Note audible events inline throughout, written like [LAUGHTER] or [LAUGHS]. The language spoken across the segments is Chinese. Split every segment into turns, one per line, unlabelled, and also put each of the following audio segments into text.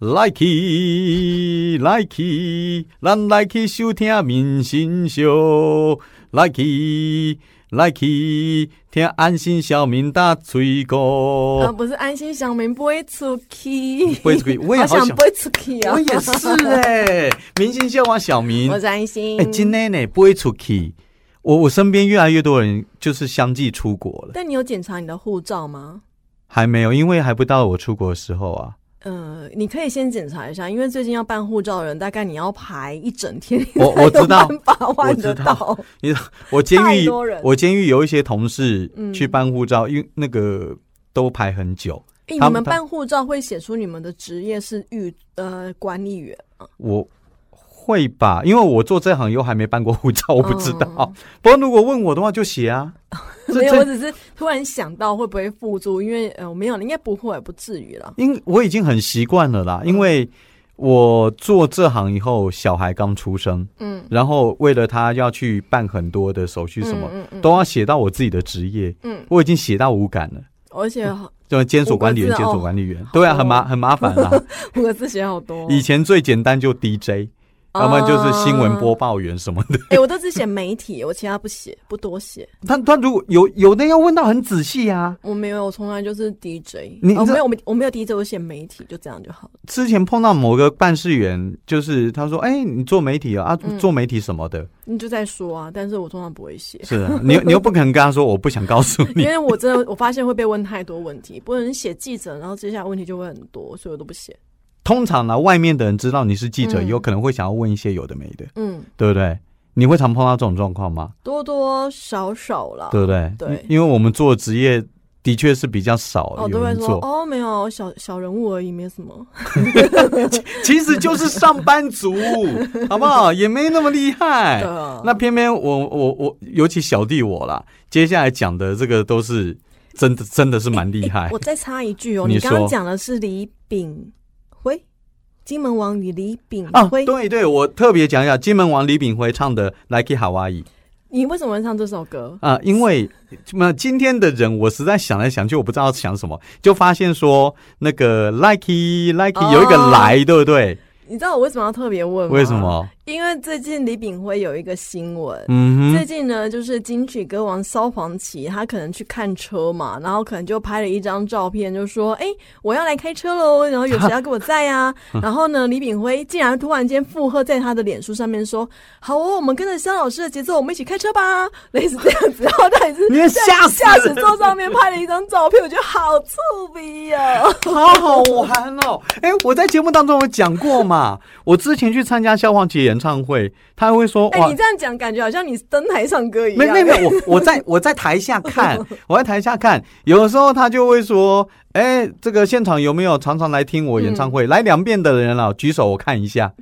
来去，来去，咱来去收听民生秀。来去，来去，听安心小民大吹
呃，
歌。
不是安心小明不会出去，
哦不会出
[LAUGHS]
去我也好
好
想
想不会出去啊
我！也是哎、明星秀王小明。
我是安心
哎、，今天呢不会出去，我我身边越来越多人就是相继出国了，
但你有检查你的护照吗？
还没有，因为还不到我出国的时候啊。
呃，你可以先检查一下，因为最近要办护照的人，大概你要排一整天，
我我知道
[LAUGHS] 才有办法换得
我
到。
你我监
太
狱
多人，
我监狱有一些同事
嗯
去办护照，因为那个都排很久。
哎，
他们
你们办护照会写出你们的职业是预呃管理员，
我会吧，因为我做这行又还没办过护照，我不知道。
嗯
不过如果问我的话，就写
[LAUGHS]
啊。这
没有，我
这
只是突然想到会不会附注，因为呃我没有，应该不会，不至于啦。
因我已经很习惯了
哦
啦，因为我做这行以后，小孩刚出生，
嗯，
然后为了他要去办很多的手续，什么、
嗯嗯嗯
都要写到我自己的职业，
嗯，
我已经写到无感了。
而且 [LAUGHS]
就监所管理员，
五个字
监
哦
所管理员，对啊，
哦
很麻很麻烦啦。
五个字写好多哦、
以前最简单就 DJ，
啊
要么就是新闻播报员什么的。 [LAUGHS]
哎、我都只写媒体，我其他不写，不多写。
他他如果有有的要问到很仔细啊，
我没有，我从来就是 DJ。
你
哦，
这
没有，我没我没有 DJ，我写媒体，就这样就好了。
之前碰到某个办事员，就是他说：“哎、你做媒体啊？啊，
嗯
做媒体什么的？
[LAUGHS] 你就在说啊，但是我通常不会写，
是啊，你你又不可能跟他说我不想告诉
因
你。
为我真的我发现会被问太多问题，不能写记者，然后接下来问题就会很多，所以我都不写。 [LAUGHS]
通常呢、外面的人知道你是记者，
嗯
有可能会想要问一些有的没的，
嗯，
对不对？你会常碰到这种状况吗？
多多少少啦。
对不对？
哦对
因因为我们做的职业的确是比较少
哦，
有
都会
人
说
做，
哦，没有小小人物而已，没什么。
其实就是上班
[LAUGHS]
族，好不好？也没那么厉害
对。啊，
哎那偏偏我我我，尤其小弟我啦，接下来讲的这个都是真的，真的是蛮厉
[LAUGHS]
害。
我再插一句哦，
哎你
你刚刚
说
讲的是李炳辉，金门王与李炳
啊，
辉，
对对，我特别讲一下金门王李炳辉唱的《来 i 夏威夷》
你为什么会唱这首歌？
啊，因为那今天的人，我实在想来想去，我不知道想什么，就发现说那个 Likey Likey
哦
有一个来，对不对？
你知道我为什么要特别问吗？
为什？么？
因为最近李炳辉有一个新闻。
嗯
最
哼，
近呢，就是金曲歌王萧煌奇，他可能去看车嘛，然后可能就拍了一张照片，就说：“哎、我要来开车喽，然后有谁要跟我在啊？”
[LAUGHS] 嗯
然后呢，李炳辉竟然突然间附和在他的脸书上面说：“好哦，我们跟着萧老师的节奏，我们一起开车吧。” [LAUGHS] 类似这样子，然后他也
[LAUGHS]
是
你也
在
吓死
驾驶座上面拍了一张照片，我觉得好粗鄙哦。
好好玩哦！哎，我在节目当中有讲过嘛，我之前去参加萧煌奇演唱会，他会说
哎、
哇
你，这样讲，感觉好像你登台唱歌一
没
样。
没没，我我在我在台下看，我在台下看，有的时候他就会说，哎、这个现场有没有常常来听我演唱
嗯
会？来两遍的人啊，举手我看一下。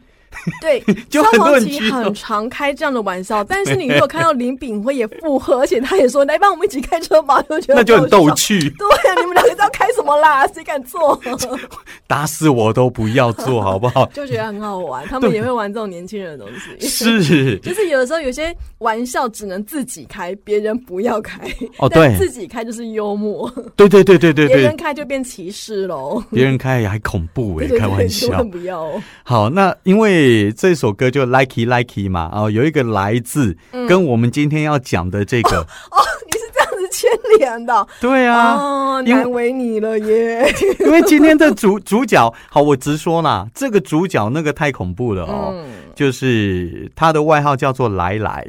对，
[LAUGHS] 就
萧
很多
煌
人
奇
举手
很常开这样的玩笑，但是你如果看到林炳辉也附和，而且他也说来帮我们一起开车吧，就觉得
[LAUGHS] 那就很
好
逗
笑。
趣，
啊对呀、你们两个知道开什么啦？谁敢
[LAUGHS]
坐？？
打死我都不要做好不好
[LAUGHS] 就觉得很好玩，他们也会玩这种年轻人的东西。
是
[LAUGHS] 就是有的时候有些玩笑只能自己开，别人不要开。
哦
但
对
自己开就是幽默，
对对对对对
别人
对，
开就变歧视喽。
别人开也还恐怖哎、
对对对
开玩笑
千万。不要哦。
好，那因为这首歌就 Likey Likey 嘛，哦，有一个来自、
嗯
跟我们今天要讲的这个，
你是这样子牵连的
对啊。
哦，
因为
难为你了耶。
[LAUGHS] 因为今天的主主角，好，我直说啦，这个主角那个太恐怖了哦，
嗯，
就是他的外号叫做来来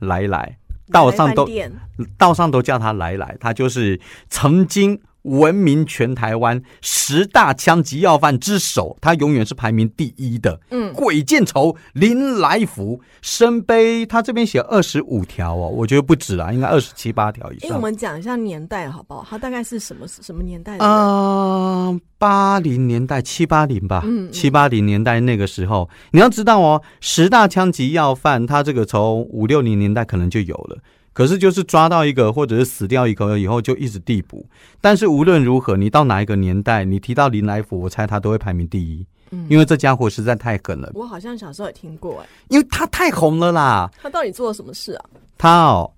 来来，道上
来饭
都
店
道上都叫他来来，他就是曾经闻名全台湾十大枪击要犯之首，他永远是排名第一的。
嗯，
鬼见愁林来福身背，他这边写二十五条哦，我觉得不止啦，应该二十七八条以
因为哎我
上。
们讲一下年代好不好？他大概是什么什么年代的人？
嗯，八零年代七八零吧
嗯，嗯
七八零年代那个时候，你要知道哦，十大枪击要犯，他这个从五六零年代可能就有了，可是就是抓到一个或者是死掉一个以后就一直递补。但是无论如何，你到哪一个年代，你提到林来福，我猜他都会排名第一，
嗯
因为这家伙实在太狠了，
我好像小时候也听过、哎，
因为他太红了啦，
他到底做了什么事啊？
他哦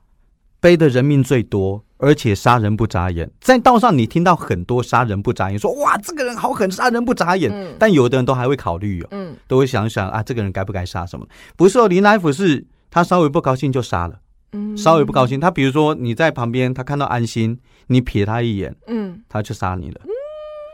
背的人命最多，而且杀人不眨眼。在道上，你听到很多杀人不眨眼，说哇，这个人好狠，杀人不眨眼。
嗯
但有的人都还会考虑哦，
嗯，
都会想想啊，这个人该不该杀什么？不是哦，林来福是他稍微不高兴就杀了，
嗯
稍微不高兴，他比如说你在旁边，他看到安心，你瞥他一眼，
嗯，
他就杀你了。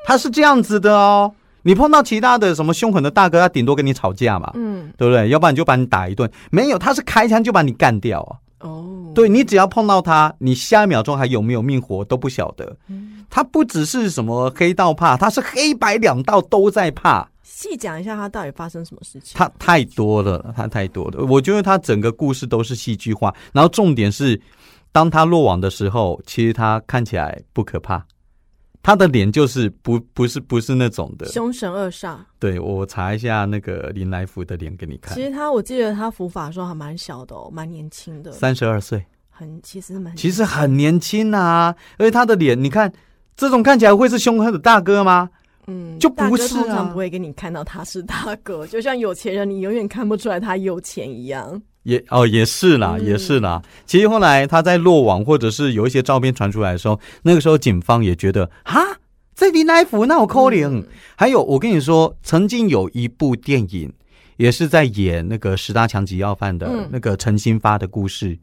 他是这样子的哦。你碰到其他的什么凶狠的大哥，他顶多跟你吵架嘛，
嗯
对不对？要不然就把你打一顿。没有，他是开枪就把你干掉啊。
哦，
对你只要碰到他，你下一秒钟还有没有命活都不晓得。
嗯
他不只是什么黑道怕，他是黑白两道都在怕。
细讲一下他到底发生什么事情。
他太多了，他太多了。我觉得他整个故事都是戏剧化，然后重点是，当他落网的时候，其实他看起来不可怕，他的脸就是不不是不是那种的。
凶神恶煞，
对我查一下那个林来福的脸给你看
其，实他我记得他伏法的时候还蛮小的哦，蛮年轻的，
三十二岁，
很其实蛮
其实很年轻啊。而且他的脸，你看这种看起来会是凶狠的大哥吗？
嗯，
就不
大哥
是
通
啊
常不会给你看到他是大哥，就像有钱人你永远看不出来他有钱一样。
也哦，也是啦，
嗯
也是啦。其实后来他在落网，或者是有一些照片传出来的时候，那个时候警方也觉得哈，这林来福那我扣零。
嗯
还有，我跟你说，曾经有一部电影也是在演那个十大强级要犯的
嗯
那个陈新发的故事。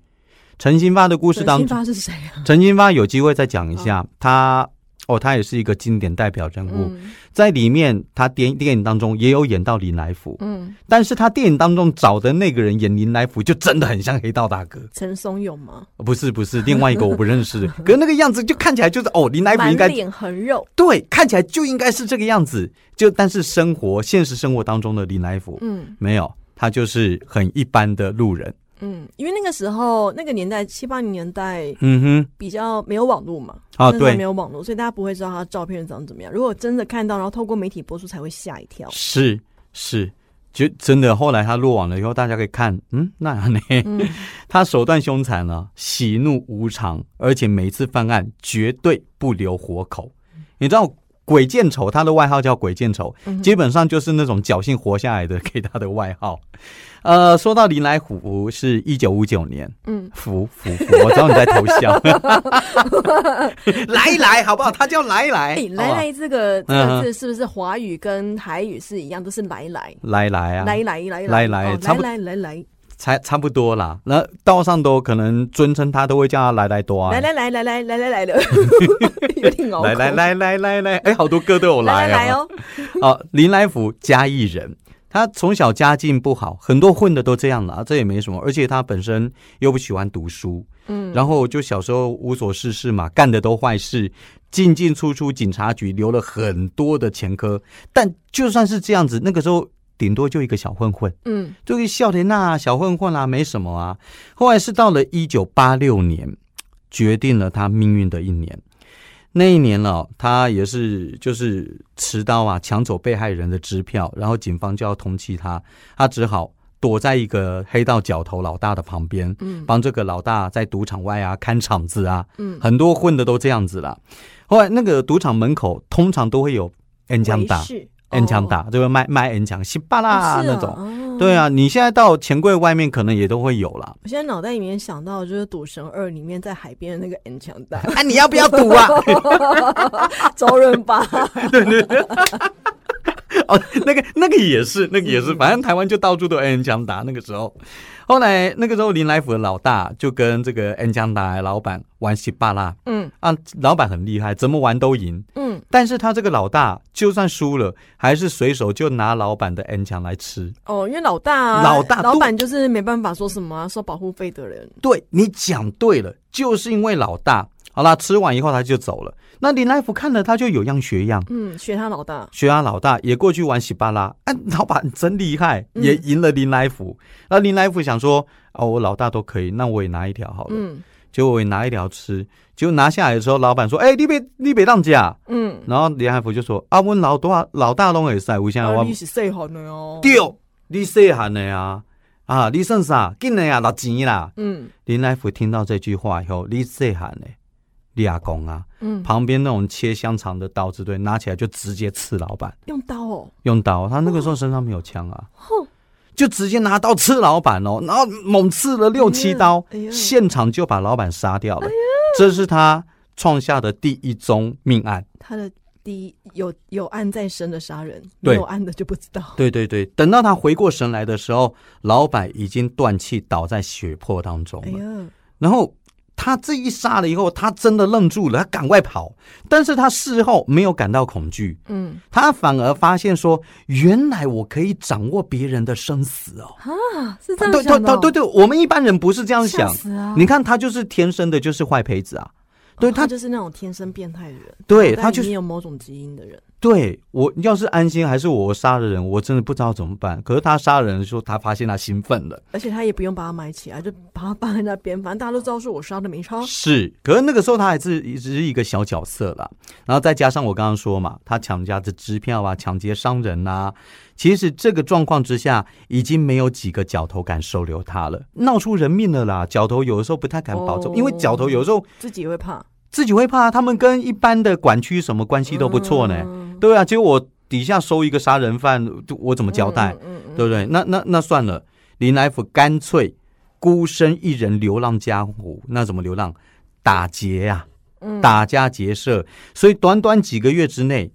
陈新发的故事
陈
当
新
中，
发是谁啊？
陈新发有机会再讲一下、他。哦，他也是一个经典代表人物，
嗯
在里面他电电影当中也有演到林来福。
嗯，
但是他电影当中找的那个人演林来福，就真的很像黑道大哥，
陈松勇吗？
不是不是，另外一个我不认识的， [LAUGHS] 可是那个样子就看起来就是哦，林来福应
满
该
脸横肉，
对，看起来就应该是这个样子，就但是生活现实生活当中的林来福
嗯
没有，他就是很一般的路人，
嗯，因为那个时候那个年代七八零年代
嗯
比较没有网络嘛，
哼，啊
那时候没
对，
有网络，所以大家不会知道他的照片长怎么样。如果真的看到，然后透过媒体播出，才会吓一跳。
是是。就真的，后来他落网了以后，大家可以看，嗯，那样呢？
嗯
他手段凶残了，喜怒无常，而且每次犯案绝对不留活口。你知道鬼见愁，他的外号叫鬼见愁，
嗯
基本上就是那种侥幸活下来的给他的外号。呃，说到林来虎是一九五九年，
嗯，
福福福，我知道你在偷
[LAUGHS]
笑，来来好不好？他叫来来
哎、，来
好不好
来这个这
嗯
个
哼
字是不是华语跟台语是一样，都是来来
来来啊，
来来来
来来
哦
差不
来来来来
差差不多啦。那道上都可能尊称他都会叫他来来多啊，
来来来来来来来
[LAUGHS]
来了，有点 [LAUGHS] 拗口。
来来来来来来，哎，好多歌都有
来
来
来
啊。
哦，
哦，林来福嘉义人，他从小家境不好，很多混的都这样了，啊这也没什么。而且他本身又不喜欢读书，
嗯，
然后就小时候无所事事嘛，干的都坏事，进进出出警察局，留了很多的前科。但就算是这样子，那个时候顶多就一个小混混，
嗯
就一笑脸呐、小混混啦、没什么啊。后来是到了一九八六年，决定了他命运的一年。那一年呢、他也是就是持刀啊，抢走被害人的支票，然后警方就要通缉他，他只好躲在一个黑道角头老大的旁边，
嗯
帮这个老大在赌场外啊看场子啊，
嗯，
很多混的都这样子啦。后来那个赌场门口通常都会有 N 枪打
维氏
，N 枪，打，就会卖卖 N 枪，稀巴
哦
啦那。
哦
种。
是啊哦
对啊，你现在到钱柜外面可能也都会有啦。
我现在脑袋里面想到的就是《赌神二》里面在海边的那个 N 强大
啊，你要不要赌啊？
[LAUGHS] 周润发，
哦，那个那个也是，那个也是，反正台湾就到处都有 N 枪打。那个时候，后来那个时候林来福的老大就跟这个 N 枪打的老板玩稀巴啦
嗯
啊，老板很厉害，怎么玩都赢。
嗯，
但是他这个老大就算输了，还是随手就拿老板的 N 强来吃。
哦，因为老大啊
老大
老板就是没办法说什么啊收保护费的人，
对你讲对了，就是因为老大。好啦，吃完以后他就走了。那林来福看了他就有样学样，
嗯，学他老大，
学他老大也过去玩喜巴拉。哎、 [LAUGHS] 老板真厉害，
嗯
也赢了林来福。那、林来福想说，哦，我老大都可以，那我也拿一条好了。
嗯
结果我也拿一条吃，结果拿下来的时候，老板说，哎、你别你别当家。
嗯，
然后林来福就说，啊，我们老大老大拢会赛，为啥我
啊你是最好的哦，
对，你细汉的啊，啊，你算啥？紧的啊，六钱啦。
嗯
林来福听到这句话以后，你细汉的，你阿公啊，
嗯，
旁边那种切香肠的刀子对，拿起来就直接刺老板，
用刀哦，
用刀。他那个时候身上没有枪啊
哼，
就直接拿刀刺老板哦，然后猛刺了六七刀
哎呀哎，呀哎
现场就把老板杀掉了。这是他创下的第一宗命案。
他的第一有有案在身的杀人，
对
没有案的就不知道。
对对对，等到他回过神来的时候，老板已经断气倒在血泊当中
哎
了。
呀，
然后他这一杀了以后，他真的愣住了，他赶快跑。但是他事后没有感到恐惧，
嗯
他反而发现说，原来我可以掌握别人的生死哦。
啊，是
对
这样
对
想的
对
哦、
对对，我们一般人不是这样
吓
想。
死啊！哦
你看他就是天生的就是坏胚子啊。对
他
他，
就是那种天生变态的人，
对
脑袋
他就
里
是
面有某种基因的人，
对我要是安心还是我杀了人，我真的不知道怎么办。可是他杀了人的时候，他发现他兴奋了。
而且他也不用把它埋起来，就把它放在那边，反正大家都知道是我杀的，没差。
是，可是那个时候他还是只是一个小角色啦。然后再加上我刚刚说嘛，他抢人家的支票啊，抢劫商人呐、其实这个状况之下，已经没有几个角头敢收留他了，闹出人命了啦。角头有的时候不太敢保重，
哦
因为角头有时候
自己也会怕，
自己会怕，他们跟一般的管区什么关系都不错呢。
嗯
对啊，结果我底下收一个杀人犯，就我怎么交代？？
嗯嗯嗯
对不对？那那那算了，林来福干脆孤身一人流浪江湖，那怎么流浪？打劫啊，
嗯
打家劫舍。所以短短几个月之内，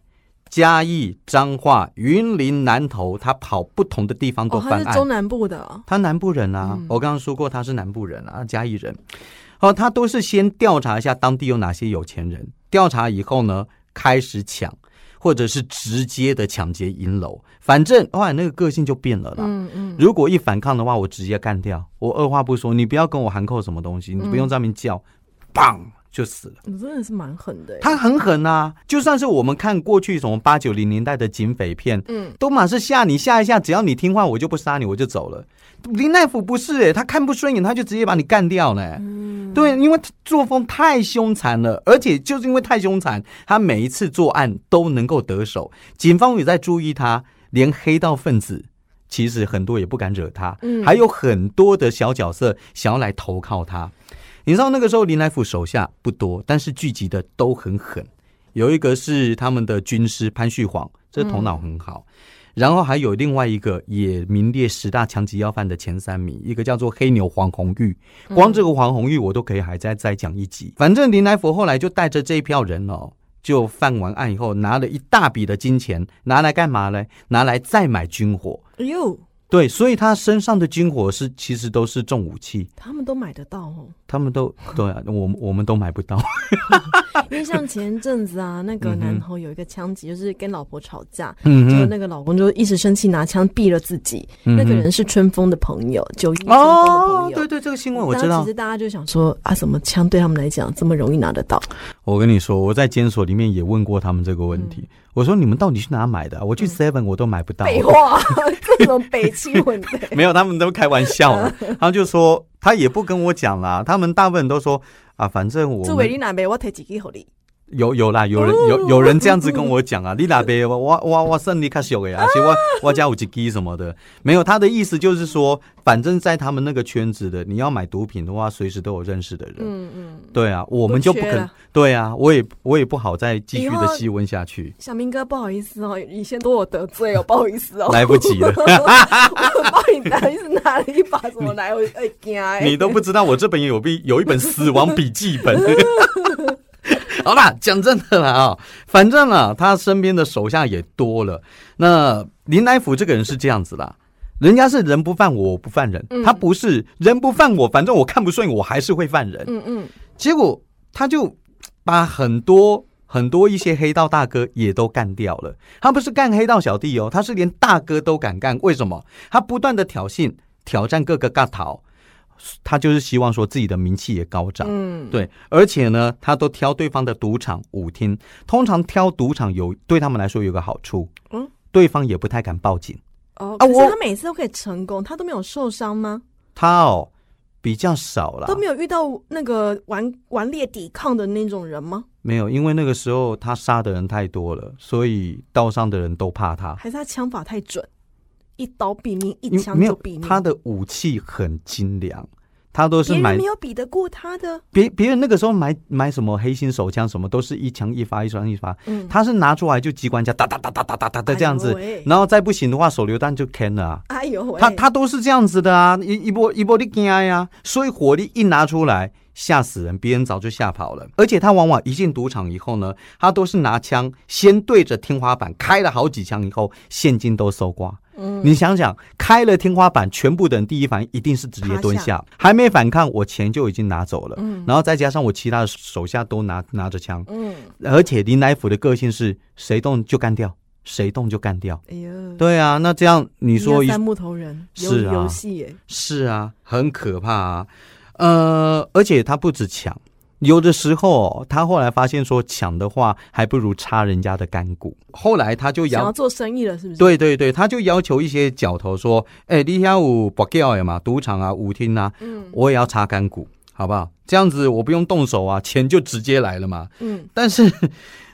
嘉义、彰化、云林、南投，他跑不同的地方都
哦，他
犯
是
案。
中南部的啊，
他南部人啊，
嗯
我刚刚说过他是南部人啊，嘉义人。哦，他都是先调查一下当地有哪些有钱人，调查以后呢，开始抢，或者是直接的抢劫银楼，反正后来那个个性就变了啦。
嗯嗯，
如果一反抗的话，我直接干掉，我二话不说，你不要跟我喊扣什么东西，
嗯
你不用在那边叫，砰就死了。
你嗯真的是蛮狠的欸，
他很狠啊，就算是我们看过去什么八九零年代的警匪片，
嗯，
都满是吓你吓一吓，只要你听话，我就不杀你，我就走了。林奈甫不是诶、他看不顺眼，他就直接把你干掉欸呢、对，因为他作风太凶残了，而且就是因为太凶残，他每一次作案都能够得手，警方也在注意他，连黑道分子。其实很多也不敢惹他，
嗯
还有很多的小角色想要来投靠他。你知道那个时候林来福手下不多，但是聚集的都很狠。有一个是他们的军师潘旭晃，这头脑很好。然后还有另外一个也名列十大强级要犯的前三名，一个叫做黑牛黄红玉。
嗯
光这个黄红玉，我都可以还再再讲一集。反正林来佛后来就带着这一票人哦，就犯完案以后，拿了一大笔的金钱，拿来干嘛呢？拿来再买军火。
哎呦，
对，所以他身上的军火是其实都是重武器，
他们都买得到哦。
他们都对、啊，我们我们都买不到。
因为像前阵子啊，那个
嗯哼
南投有一个枪击，就是跟老婆吵架，
嗯
结果
哼，
那个老公就一时生气拿枪毙了自己。
嗯哼
那个人是春风的朋友，九一春风的
哦
朋，友。
对对，这个新闻我
然
知
后
道
其实。大家就想说啊，什么枪对他们来讲这么容易拿得
[LAUGHS]
到？
我跟你说，我在监所里面也问过他们这个问题。我说你们到底去哪买的啊、我去 Seven 我都买不到。
嗯废话， [LAUGHS] 这种北七混的。
没有，他们都开玩笑
[LAUGHS]
了。他们就说他也不跟我讲啦，他们大部分都说啊，反正 [LAUGHS] 我
这伟哦
们
你哪杯？我提几支给你。
有有啦，有人有有人这样子跟我讲啊，你那边我我我胜利卡小的啊，而且我我家有几鸡什么的，没有他的意思就是说，反正在他们那个圈子的，你要买毒品的话，随时都有认识的人。
嗯嗯。
对啊，我们就不
不缺
肯
了。
对啊，我也我也不好再继续
以
的
后
细问下去，
小明哥，不好意思哦，以前多我得罪哦，不好意思哦。 [LAUGHS]
来不及了。
我帮你拿，你是拿了一把什么来？我哎惊哎。
你都不知道我这本有笔有一本死亡笔记本。
[LAUGHS]
好啦，讲真的啦啊、反正啦，他身边的手下也多了。那林来福这个人是这样子啦，人家是人不犯我，我不犯人，
嗯
他不是人不犯我，反正我看不顺眼，我还是会犯人。
嗯嗯。
结果他就把很多很多一些黑道大哥也都干掉了。他不是干黑道小弟哦，他是连大哥都敢干。为什么？他不断的挑衅、挑战各个尬头，他就是希望说自己的名气也高涨。
嗯，
对，而且呢，他都挑对方的赌场、舞厅。通常挑赌场有对他们来说有个好处，
嗯，
对方也不太敢报警。
哦，
啊
可是
我
他每次都可以成功，他都没有受伤吗？
他哦比较少啦
都，没有遇到那个顽顽劣抵抗的那种人吗？
没有，因为那个时候他杀的人太多了，所以道上的人都怕他。
还是他枪法太准，一刀毙命，一
因为
枪
没
就
有
毙命？
他的武器很精良，他都是
别人
买
没有比得过他的，
别别人那个时候买买什么黑心手枪什么，都是一枪一发一枪一发，
嗯，
他是拿出来就机关枪哒哒哒哒哒哒哒的这样
哎
子
呦，喂
然后再不行的话手榴弹就 can 了啊。
哎呦喂，
他他都是这样子的啊，一一波一波的惊呀，所以火力一拿出来，吓死人，别人早就吓跑了。而且他往往一进赌场以后呢，他都是拿枪先对着天花板开了好几枪，以后现金都搜刮。嗯，你想想，开了天花板，全部的人第一反应一定是直接蹲
趴
下，还没反抗，我钱就已经拿走了。嗯，然后再加上我其他的手下都拿拿着枪，
嗯，
而且林来福的个性是谁动就干掉，谁动就干掉。
哎呀，
对啊，那这样你说
一
一
二三木头人游
是啊
游戏耶，
是啊，很可怕啊。呃，而且他不止抢，有的时候哦他后来发现说抢的话，还不如插人家的干股。后来他就
想
要
要做生意了是不是？，
对对对，他就要求一些角头说：“哎、你下有博叫的嘛，赌场啊、舞厅啊，
嗯
我也要插干股，好不好？这样子我不用动手啊，钱就直接来了嘛。”
嗯，
但是 [LAUGHS]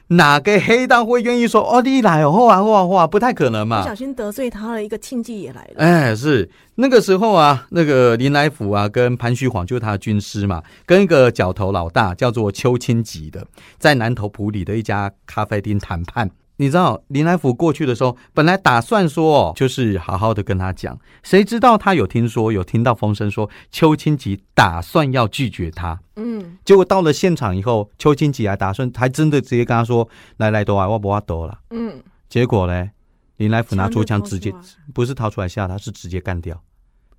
哪个黑道会愿意说哦，你来哦，后啊后啊后啊，不太可能
不
嘛
小。心得罪他了，一个庆忌也来了，
哎，是那个时候啊，那个林来福啊，跟潘虚晃就是他的军师嘛，跟一个角头老大叫做邱清吉的，在南头埔里的一家咖啡厅谈判。你知道林来福过去的时候，本来打算说哦，就是好好的跟他讲，谁知道他有听说，有听到风声说邱清吉打算要拒绝他，
嗯，
结果到了现场以后，邱清吉还打算，还真的直接跟他说：“来来，都来，我不要多了。
嗯，”
结果呢，林来福拿出枪，
就掏
直接
出来
不是掏出来吓他，是直接干掉，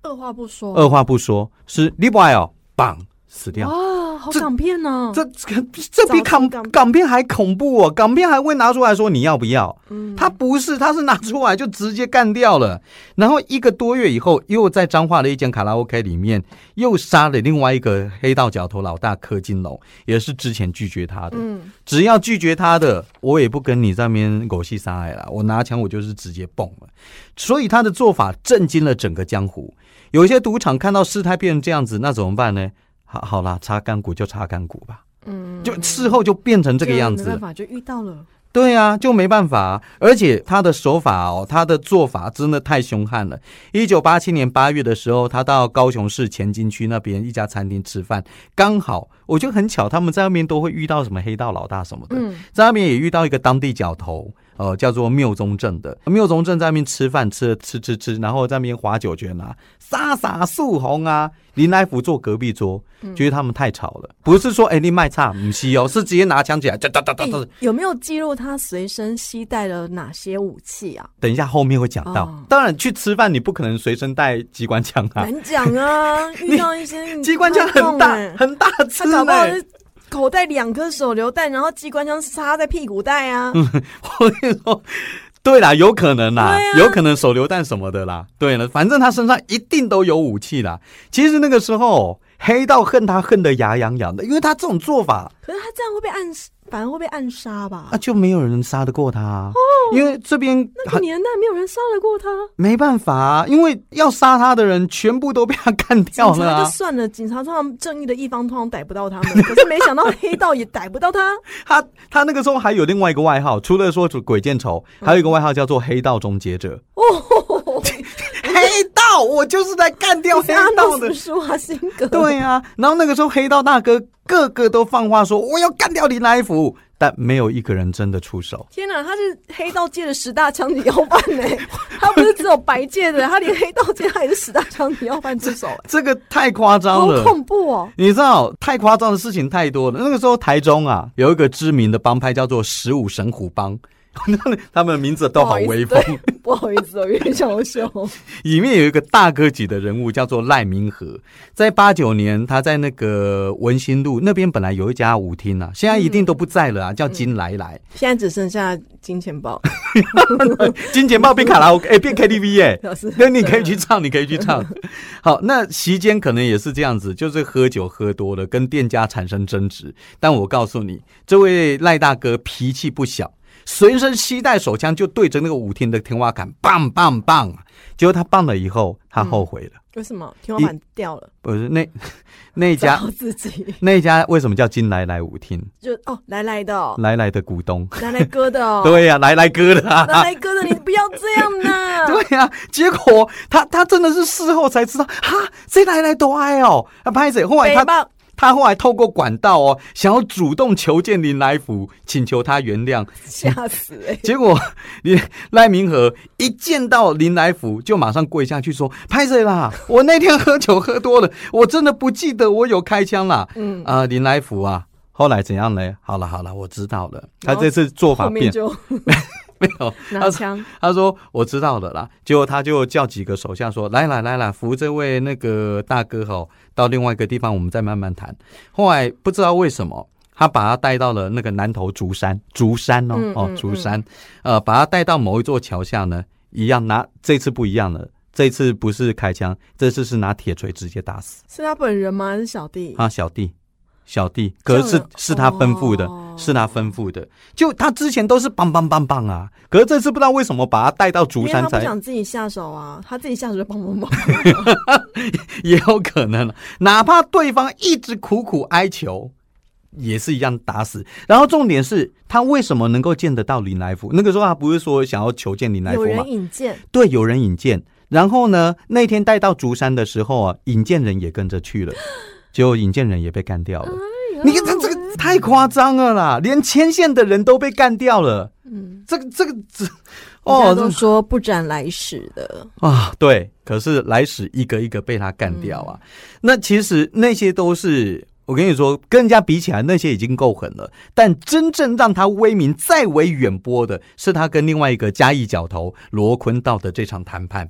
二话不说，
二话不说，是你不爱哦，绑死掉。
哇，好
这
港片啊呢，
这这这比
哦早期
港
港
港片还恐怖哦！港片还会拿出来说你要不要？
嗯
他不是，他是拿出来就直接干掉了。然后一个多月以后，又在彰化的一间卡拉 OK 里面又杀了另外一个黑道角头老大柯金龙，也是之前拒绝他的。
嗯，
只要拒绝他的，我也不跟你在那边狗戏撒爱了。我拿枪，我就是直接蹦了。所以他的做法震惊了整个江湖。有一些赌场看到事态变成这样子，那怎么办呢？好，好啦，擦干股就擦干股吧。
嗯，
就事后就变成这个
就
样
没
子
办，法，就遇到了，
对啊，就没办法、而且他的手法哦，他的做法真的太凶悍了。一九八七年八月的时候，他到高雄市前进区那边一家餐厅吃饭，刚好我就很巧，他们在那边都会遇到什么黑道老大什么的。
嗯
在那边也遇到一个当地角头，呃，叫做缪宗正的。缪宗正在那边吃饭，吃吃吃吃，然后在那边划酒圈啊，洒洒素红啊。林来福坐隔壁桌，
嗯
觉得他们太吵了，不是说哎、你卖差，不是哦，是直接拿枪起来，哒哒哒哒哒。
哎有没有记录他随身携带了哪些武器啊？
等一下后面会讲到。
哦哎
当然去吃饭你不可能随身带机关枪啊，
难讲
[LAUGHS]
啊，遇到一些你
机关枪很大
不太懂哎
很大哎
他
支
搞不
呢、
好是口袋两颗手榴弹，然后机关枪插在屁股带啊。
嗯我跟你说，对啦，有可能啦，
对啊
有可能手榴弹什么的啦，对了，反正他身上一定都有武器啦。其实那个时候，黑道恨他恨得牙痒痒的，因为他这种做法
可是他这样会被暗杀，反而会被暗杀吧？
啊，就没有人杀得过他啊，因为这边
那个
很。
年代没有人杀得过他，
没办法、啊，因为要杀他的人全部都被他干掉
警
了、
察
啊
就。算了，警察通常正义的一方通常逮不到他
[LAUGHS]
们，可是没想到黑道也逮不到他。 [LAUGHS]
他他那个时候还有另外一个外号，除了说鬼见愁，还有一个外号叫做黑道终结者。
哦，
[LAUGHS] 黑道，我 [LAUGHS] 就是啊来干 [LAUGHS] 掉黑
阿
道
诺
的
斯。舒华辛格， [LAUGHS]
对啊，然后那个时候黑道大哥个个都放话说我要干掉林来福，但没有一个人真的出手。
天哪，他是黑道界的十大枪击要犯
[LAUGHS]
呢、他不是只有白界的，他连黑道界他也是十大枪击要犯之
[LAUGHS]
首、欸，
这个太夸张
好
了。
恐怖哦！
你知道太夸张的事情太多了。那个时候台中啊，有一个知名的帮派叫做十五神虎帮， [LAUGHS] 他们的名字都好威风。
不好意思，对不好意思哦，有点想笑。
里面有一个大哥级的人物叫做赖明和，在八九年，他在那个文心路那边本来有一家舞厅啊，现在一定都不在
嗯
了啊，叫金来来。
现在只剩下金钱豹， [LAUGHS]
金钱豹变卡拉 OK，哎、变 KTV 耶、
老师
[LAUGHS] 那你可以去唱，你可以去唱。 [LAUGHS] 好，那席间可能也是这样子，就是喝酒喝多了，跟店家产生争执。但我告诉你，这位赖大哥脾气不小，随身携带手枪就对着那个舞厅的天花板棒棒棒。结果他棒了以后，他后悔了。
为什么天花板掉了？
不是那那
[LAUGHS]
家
找自己
那家为什么叫金来来舞厅？
就哦，来来的、哦，
来来的股东，
来来哥的、哦，
嗯 [LAUGHS] 对呀、来来哥的
[LAUGHS]
啊。
来来哥的，你不要这样呢。
[LAUGHS] 对呀、结果他他真的是事后才知道，哈，这来来多爱哦，他拍谁？后来他
诽谤，
他后来透过管道哦，想要主动求见林来福，请求他原谅。
[LAUGHS] 吓死哎、
结果你赖明和一见到林来福，就马上跪下去说：“拍谁啦？我那天喝酒喝多了，我真的不记得我有开枪啦。”
嗯，
啊、林来福啊，后来怎样嘞？好了好了，我知道了。他
然后
这次做法
后面
变
就
[LAUGHS] 没有，
拿枪，
他说我知道了啦。结果他就叫几个手下说：“来啦来啦，扶这位那个大哥哈、到另外一个地方，我们再慢慢谈。”后来不知道为什么。他把他带到了那个南头竹山，竹山哦、
嗯
哦
嗯
竹山，呃，把他带到某一座桥下呢，一样拿这次不一样了，这次不是开枪，这次是拿铁锤直接打死
是他本人吗？还是小弟？
啊小弟，小弟，可
这
是
样啊
是他吩咐的，
哦
是他吩咐的，就他之前都是棒棒棒棒啊，可是这次不知道为什么把他带到
因
竹
为
山
他不
才
想自己下手啊，他自己下手就帮帮忙。
[LAUGHS] 也有可能，啊哪怕对方一直苦苦哀求，也是一样打死。然后重点是他为什么能够见得到林来福？那个时候他不是说想要求见林 [LAUGHS] 来
有
福吗
人？引荐，
对，有人引荐。然后呢，那天带到竹山的时候啊，引荐人也跟着去
[GASPS]
了，结果引荐人也被干掉了。
哎
你看这这个太夸张了啦，连牵线的人都被干掉了。
嗯，
这个这个这，
哦，
哦，
都
这
说不斩来使的，
啊，对，可是来使一个一个被他干掉啊。那其实那些都是我跟你说，跟人家比起来，啊那些已经够狠了。但真正让他威名再为远播的，是他跟另外一个嘉义角头罗坤道的这场谈判。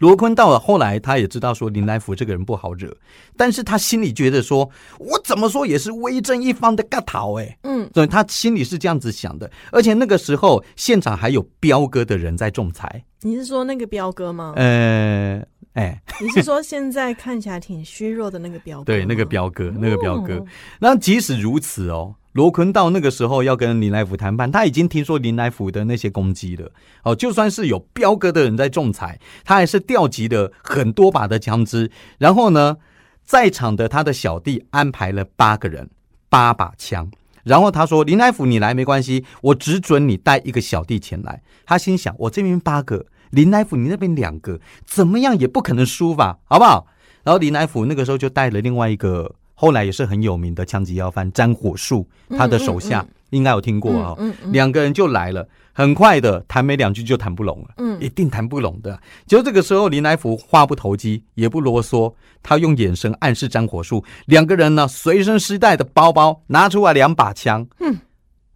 罗坤道了，后来他也知道说林来福这个人不好惹，但是他心里觉得说，我怎么说也是威震一方的尬头哎、
嗯，
所以他心里是这样子想的。而且那个时候现场还有彪哥的人在仲裁，
你是说那个彪哥
[LAUGHS]
吗？
呃，哎，
你是说现在看起来挺虚弱的那个彪哥？
对，那个，彪哥，那个彪哥
哦。
那即使如此哦，罗坤到那个时候要跟林来福谈判，他已经听说林来福的那些攻击了。哦，就算是有彪哥的人在仲裁，他还是调集了很多把的枪支，然后呢，在场的他的小弟安排了八个人，八把枪。然后他说：“林来福，你来没关系，我只准你带一个小弟前来。”他心想：“我这边八个，林来福你那边两个，怎么样也不可能输吧，好不好？”然后林来福那个时候就带了另外一个，后来也是很有名的枪击要犯詹火树，他的手下、应该有听过啊、哦
嗯嗯
两个人就来了，很快的谈没两句就谈不拢了，
嗯
一定谈不拢的。结果这个时候林来福话不投机，也不啰嗦，他用眼神暗示张火树，两个人呢随身携带的包包拿出来两把枪，
嗯，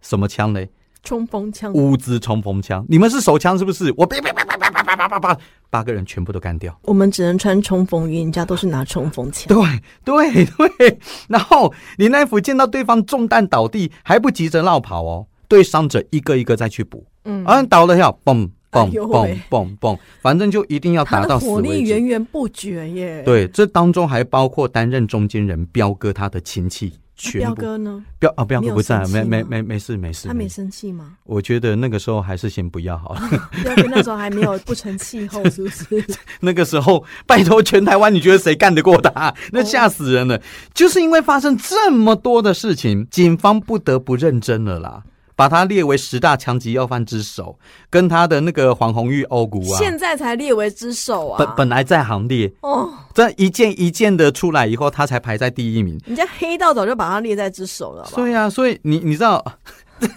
什么枪嘞？
冲锋枪，
乌兹冲锋枪，你们是手枪是不是？我啪啪啪啪啪啪啪啪啪啪，八个人全部都干掉。
我们只能穿冲锋衣，人家都是拿冲锋枪。
对对对，然后林来福见到对方中弹倒地，还不急着绕跑哦，对伤者一个一个再去补，
嗯，
嗯，倒了要嘣
哎
嘣
呦
嘣
喂
嘣嘣，反正就一定要
他
打到
的
死
火
为
力
止。
源源不绝耶。，
对，这当中还包括担任中间人彪哥他的亲戚，全
啊彪
部
哥呢？
彪啊彪
没
哥
有
不在，
生气
没没
吗
没没事没事，
他没生气吗？
我觉得那个时候还是先不要好了。 [LAUGHS]
彪哥那时候还没有不成气候，是不是？
那个时候，拜托全台湾，你觉得谁干得过
哦
他？那吓死人了！就是因为发生这么多的事情，警方不得不认真了啦，把他列为十大强级要犯之首，跟他的那个黄红玉欧股啊，
现在才列为之首
本
啊！
本来在行列，
哦，
这一件一件的出来以后，他才排在第一名。
人家黑道早就把他列在之首了，好不好
对呀、所以你你知道， [LAUGHS]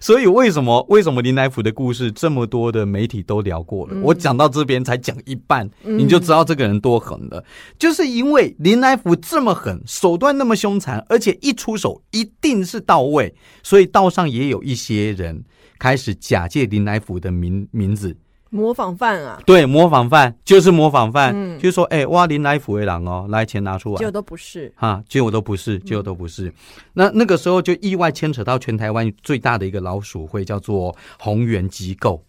所以为什么为什么林来福的故事这么多的媒体都聊过了？
嗯
我讲到这边才讲一半，你就知道这个人多狠了。就是因为林来福这么狠，手段那么凶残，而且一出手一定是到位，所以道上也有一些人开始假借林来福的名名字。
模仿犯啊，
对，模仿犯就是模仿犯，
嗯
就说哎、哇，林来福的狼哦，来钱拿出来
结，果都不是。
啊，结果都不
嗯
是，结果都不是。那那个时候就意外牵扯到全台湾最大的一个老鼠会，叫做宏源机构。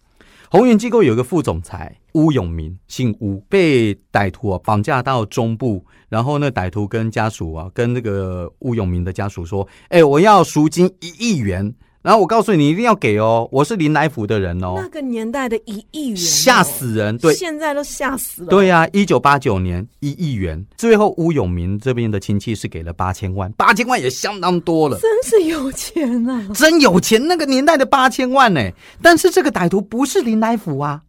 宏源机构有一个副总裁乌永明，姓乌，被歹徒啊绑架到中部，然后那歹徒跟家属啊，跟那个乌永明的家属说：“哎、我要赎金一亿元，然后我告诉你一定要给哦，我是林来福的人
那
哦，
个年代的一亿元哦，
吓死人！”对，
现在都吓死了。
对呀、1一九八九年一亿元，最后乌永明这边的亲戚是给了八千万，八千万也相当多了。
真是有钱啊呐、
真有钱，那个年代的八千万呢、但是这个歹徒不是林来福啊，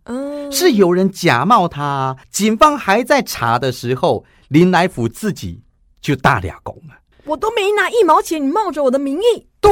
[LAUGHS]
嗯，
是有人假冒他啊、警方还在查的时候，林来福自己就大俩拱了。
我都没拿一毛钱，你冒着我的名义，
对，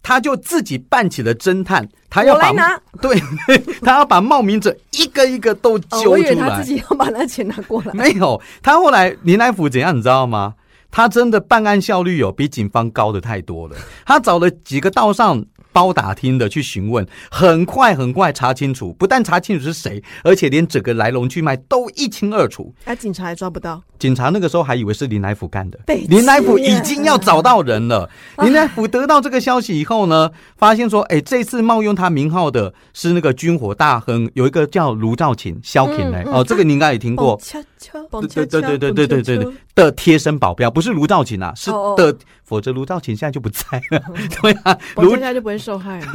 他就自己办起了侦探，他要
我
把
来拿。
对， [LAUGHS] 他要把冒名者一个一个都
哦
揪，出
我
来。
以为他自己要把那钱拿过来。
[LAUGHS] 没有，他后来林来福怎样，你知道吗？他真的办案效率有比警方高的太多了。他找了几个道上包打听的去询问，很快很快查清楚，不但查清楚是谁，而且连整个来龙去脉都一清二楚。
啊，警察还抓不到，
警察那个时候还以为是林来福干的
北七，耶
林来福已经要找到人了。林来福得到这个消息以后呢，发现说，哎，这次冒用他名号的是那个军火大亨，有一个叫卢兆勤、萧勤
嗯
呢。
嗯
哦，这个你应该也听过
蹦。恰恰，蹦恰
对
恰
对对对对对对
蹦恰
对
恰
的贴身保镖，不是卢兆勤啊，是
哦哦哦
的，否则卢兆勤现在就不在了。 [LAUGHS] 对啊，
蹦
卢
恰恰就不会受害了。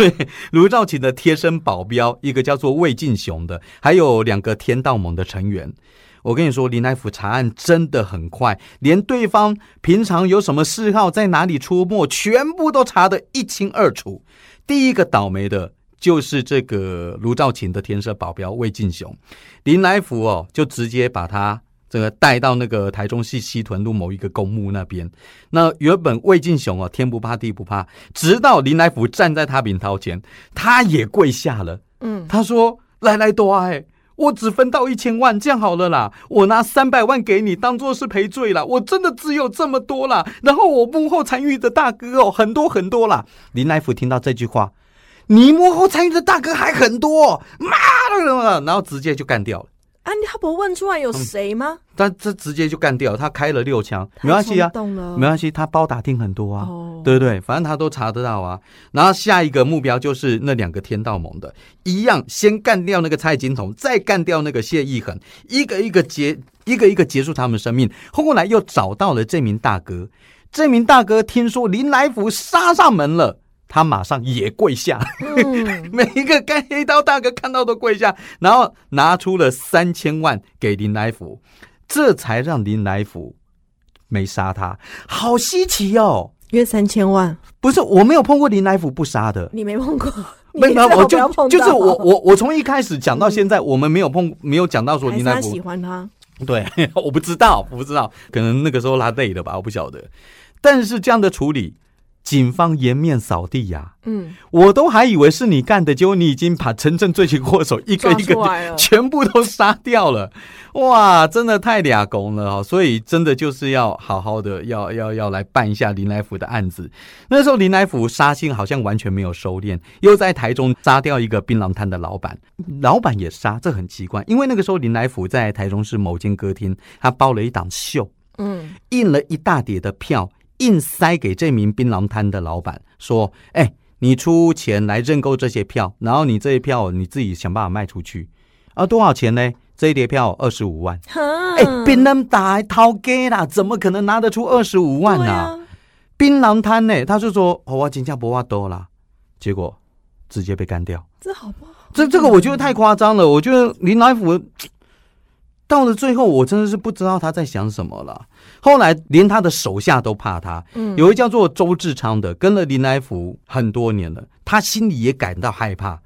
卢兆勤的贴身保镖，一个叫做魏进雄的，还有两个天道盟的成员。我跟你说，林来福查案真的很快，连对方平常有什么嗜好，在哪里出没，全部都查得一清二楚。第一个倒霉的就是这个卢兆勤的天色保镖魏进雄，林来福哦，就直接把他这个带到那个台中市西屯路某一个公墓那边。那原本魏进雄哦，天不怕地不怕，直到林来福站在他名涛前，他也跪下了。
嗯，
他说：“来来多哎，我只分到一千万，这样好了啦，我拿三百万给你当做是赔罪啦，我真的只有这么多啦。然后我幕后参与的大哥哦，很多很多啦。”林来福听到这句话，你幕后参与的大哥还很多，妈的！然后直接就干掉了。
啊，他不问出来
嗯
有谁吗？
但这直接就干掉了，他开了六枪，
太
没关系啊
冲，动了，
没关系，他包打听很多啊。
哦，
对不对？反正他都查得到啊。然后下一个目标就是那两个天道盟的，一样先干掉那个蔡金童，再干掉那个谢义恒，一个一个结，一个一个结束他们生命。后来又找到了这名大哥，这名大哥听说林来福杀上门了，他马上也跪下， [LAUGHS]
嗯，
每一个干黑道大哥看到都跪下，然后拿出了三千万给林来福，这才让林来福没杀他，好稀奇哦。
约三千万，
不是，我没有碰过林来福不杀的，
你没碰过，
[LAUGHS] 没
你
有，啊
最
我
好不要碰
就
到
就是我我我从一开始讲到现在，我们没有碰，没有讲到说
还是
林来
他
福
喜，欢他，
对， [LAUGHS] 我不知道，我不知道，可能那个时候他累了吧，我不晓得。但是这样的处理，警方颜面扫地呀、
嗯，
我都还以为是你干的，结果你已经把真正罪魁祸首一个
抓
一个
出来
[LAUGHS]
了，
全部都杀掉了， [LAUGHS] 哇，真的太俩公了哦！所以真的就是要好好的要要要来办一下林来福的案子。那时候林来福杀心好像完全没有收敛，又在台中杀掉一个槟榔摊的老板，老板也杀，这很奇怪，因为那个时候林来福在台中市某间歌厅，他包了一档秀，
嗯，
印了一大叠的票，硬塞给这名槟榔摊的老板，说：“哎、你出钱来认购这些票，然后你这些票你自己想办法卖出去。啊，多少钱呢？这一叠票二十五万。
哈，
哎、槟榔打还掏给啦，怎么可能拿得出二十五万
对
呢、
啊？
槟榔摊呢，他就说：哦我金价不挖多啦，结果直接被干掉。
这好不好？
这这个我觉得太夸张了，我觉得林来福到了最后，我真的是不知道他在想什么了。后来连他的手下都怕他，
嗯
有一个叫做周志昌的，跟了林来福很多年了，他心里也感到害怕。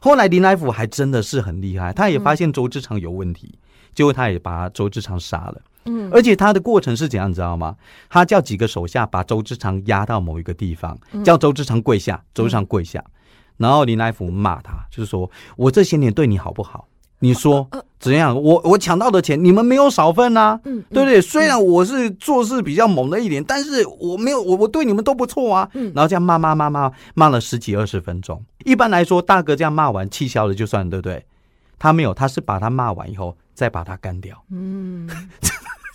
后来林来福还真的是很厉害，他也发现周志昌有问题，结果他也把周志昌杀了。
嗯
而且他的过程是怎样，你知道吗？他叫几个手下把周志昌押到某一个地方，
嗯
叫周志昌跪下，周志昌跪下，然后林来福骂他，就是说我这些年对你好不好？你说怎样？我我抢到的钱你们没有少份啊，
呃嗯，
对不对？虽然我是做事比较猛了一点，但是我没有我我对你们都不错啊。
嗯
然后这样骂骂骂骂骂了十几二十分钟。一般来说，大哥这样骂完气消了就算了，对不对？他没有，他是把他骂完以后再把他干掉。 [LAUGHS]
嗯，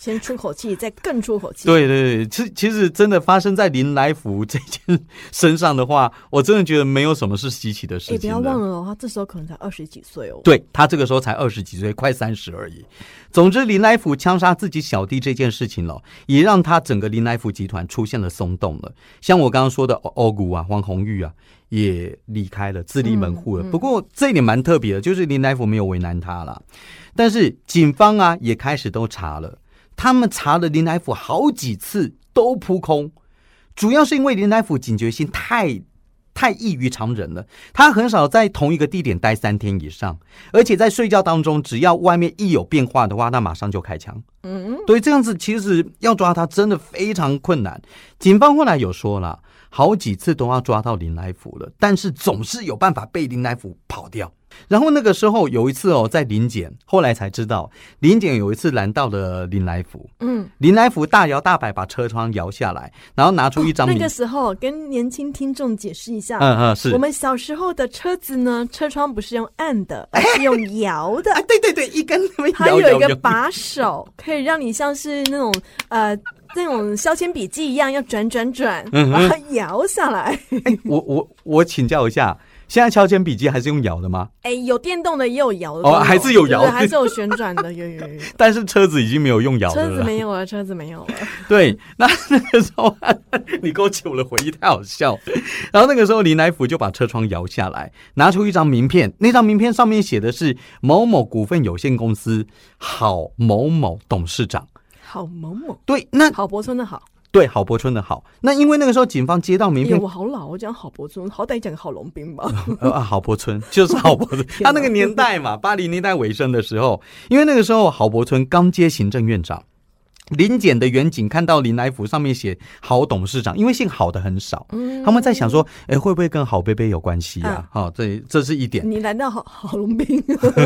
先出口气，再更出口气，哎
对对对，其其实真的发生在林来福这件身上的话，我真的觉得没有什么是稀奇的事
哎，
情
不
的。
要忘了哦，他这时候可能才二十几岁哦，
对他这个时候才二十几岁，快三十而已。总之，林来福枪杀自己小弟这件事情了，也让他整个林来福集团出现了松动了。像我刚刚说的欧欧谷啊、黄红玉啊，也离开了，自立门户了。不过这一点蛮特别的，就是林来福没有为难他啦。但是警方啊也开始都查了，他们查了林来福好几次都扑空，主要是因为林来福警觉性太太异于常人了。他很少在同一个地点待三天以上，而且在睡觉当中，只要外面一有变化的话，他马上就开枪。
嗯，
对，这样子其实要抓他真的非常困难。警方后来有说了，好几次都要抓到林来福了，但是总是有办法被林来福跑掉。然后那个时候有一次哦，在林检，后来才知道林检有一次拦到了林来福，
嗯，
林来福大摇大摆把车窗摇下来，然后拿出一张
哦那
名，
个啊时候跟年轻听众解释一下，
嗯嗯是
我，们小时候的车子呢，车窗不是用按的，而是用摇
[LAUGHS]
的
啊。对对对，一根那么
它
摇
有一
摇
个
摇，
把手，可以让你像是那种呃那种削铅笔记一样，要转转转，
嗯
把它摇下来。 [LAUGHS]
我我我请教一下，现在敲铅笔机还是用摇的吗？
哎，有电动的也有摇的
哦
功能，
还是有摇
对还是有旋转的，有有有有。
但是车子已经没有 [LAUGHS] 用摇的
车子
了。
没有了，车子没有啊了。
对，那那个时候你勾起我的回忆，太好笑。然后那个时候林来福就把车窗摇下来，拿出一张名片，那张名片上面写的是某某股份有限公司郝某某董事长。
好萌萌，
对，那
郝柏村的好，
对郝柏村的郝，那因为那个时候警方接到名
哎呦，
片，
我好老，我讲郝柏村，好歹讲郝龙
[LAUGHS]
斌吧。
呃，啊郝柏村 [LAUGHS] 就是郝柏村，他那个年代嘛，八零年代尾声的时候，因为那个时候郝柏村刚接行政院长，林检的远景看到林来福上面写郝董事长，因为姓郝的很少，
嗯
他们在想说，哎，会不会跟郝贝贝有关系啊？好、这这是一点。
你难道郝郝龙斌？
[LAUGHS]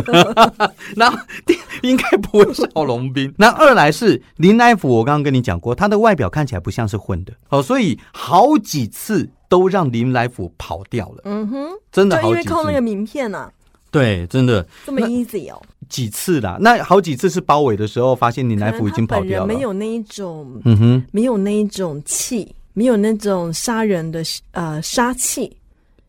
那 [LAUGHS] 应该不会是郝龙斌。那二来是林来福，我刚刚跟你讲过，他的外表看起来不像是混的，哦，所以好几次都让林来福跑掉了，
嗯哼，
真的
就因
好
为
几次。
靠那个名片啊，
对，真的
这么
那
easy 哦。
几次啦。那好几次是包围的时候，发现林来
可
福
能
已经
他
跑
本
掉
人
了。
没有那一种，
嗯哼，
没有那一种气，没有那种杀人的呃杀气。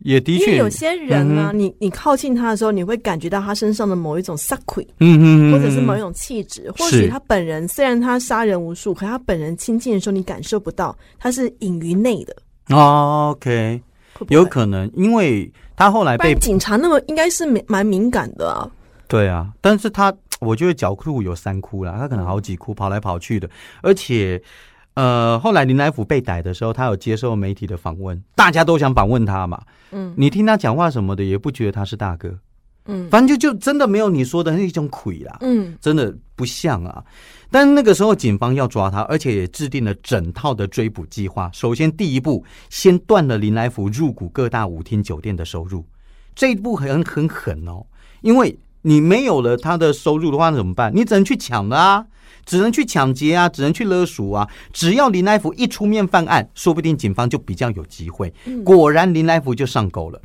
也的
因为
确，嗯
有些人呢、你你靠近他的时候，你会感觉到他身上的某一种 s u c k
嗯哼，
或者是某一种气质。或许
是
他本人虽然他杀人无数，可他本人亲近的时候，你感受不到，他是隐于内的。
哦 OK，
会不会
有可能，因为他后来
不
被
然警察那么应该是蛮蛮敏感的啊。
对啊，但是他我觉得脚库有三窟啦，他可能好几窟跑来跑去的，而且。呃，后来林来福被逮的时候，他有接受媒体的访问，大家都想访问他嘛。
嗯
你听他讲话什么的，也不觉得他是大哥，
嗯
反正就就真的没有你说的那种鬼啦，
嗯，
真的不像啊。但那个时候警方要抓他，而且也制定了整套的追捕计划。首先第一步，先断了林来福入股各大舞厅酒店的收入，这一步很很狠哦，因为你没有了他的收入的话，那怎么办？你只能去抢了啊。只能去抢劫啊，只能去勒索啊！只要林来福一出面犯案，说不定警方就比较有机会。果然，林来福就上钩了。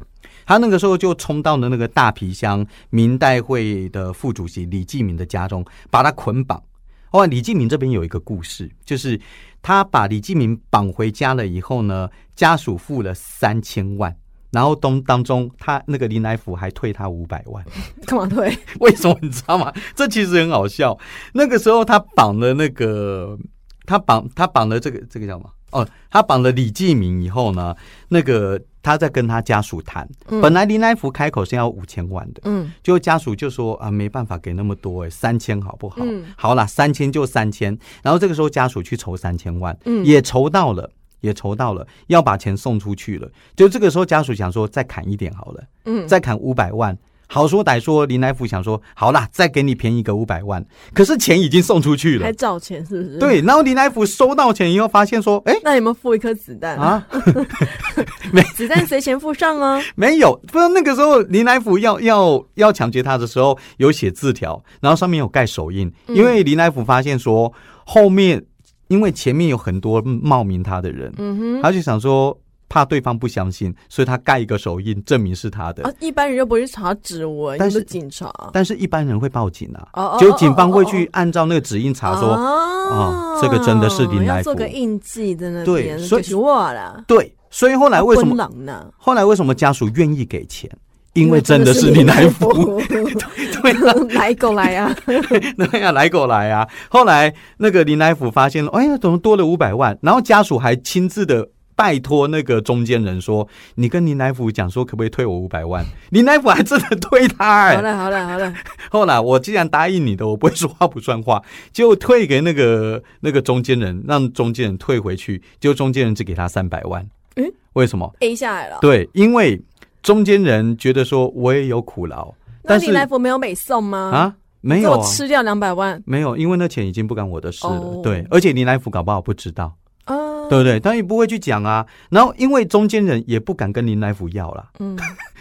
他那个时候就冲到了那个大皮箱民代会的副主席李继明的家中，把他捆绑。哦，李继明这边有一个故事，就是他把李继明绑回家了以后呢，家属付了三千万，然后当当中他那个林来福还退他五百万。
干嘛对？
[LAUGHS] 为什么你知道吗？这其实很好笑。那个时候他绑了那个，他绑他绑了这个这个叫什么？哦，他绑了李继明以后呢，那个他在跟他家属谈，
嗯
本来林来福开口是要五千万的。
嗯
结果家属就说啊，没办法给那么多哎、三千好不好？
嗯
好啦，三千就三千。然后这个时候家属去筹三千万，
嗯
也筹到了，也筹到了，要把钱送出去了。就这个时候家属想说再砍一点好了，
嗯，
再砍五百万。好说歹说，林来福想说，好啦，再给你便宜个五百万，可是钱已经送出去了
还。找钱是不是？。
对，然后林来福收到钱以后，发现说，哎、
那有没有付一颗子弹？
啊，
[LAUGHS] 子弹谁先付上啊？
没有，不是那个时候林来福要要要抢劫他的时候，有写字条，然后上面有盖手印，
嗯
因为林来福发现说后面，因为前面有很多冒名他的人，
嗯哼。
他就想说怕对方不相信，所以他盖一个手印证明是他的。
啊，一般人又不会去查指纹，
但
又不
是
警察。
但是一般人会报警啊，
哦
就警方会去按照那个指印查说，
啊
哦这个真的是林来
要做
福
个印记在那
对
边，
所以
就是我啦。
对，所以后来为什么、
冷呢？
后来为什么家属愿意给钱？因为真的是
林
林来
[LAUGHS]
福，
福，
对 [LAUGHS] 了，
来狗来啊！
[LAUGHS] 对呀、来狗来啊！后来那个林来福发现了，哎呀，怎么多了五百万？然后家属还亲自的拜托那个中间人说，你跟林来福讲说，可不可以退我五百 [LAUGHS] 万？林来福还真的退他、
好
哎，
了好了好了，
后来我既然答应你的，我不会说话不算话，就退给那个那个中间人，让中间人退回去，就中间人只给他三百万。
诶
为什么？
A 下来了。
对，因为中间人觉得说我也有苦劳
那
但
李
是
来福没有美送吗？，
啊，没有
给我
啊，
吃掉两百万。
没有，因为那钱已经不干我的事了。
哦
对，而且林来福搞不好不知道，
啊，
对不对？他也不会去讲啊。然后因为中间人也不敢跟林来福要啦， [LAUGHS]
嗯，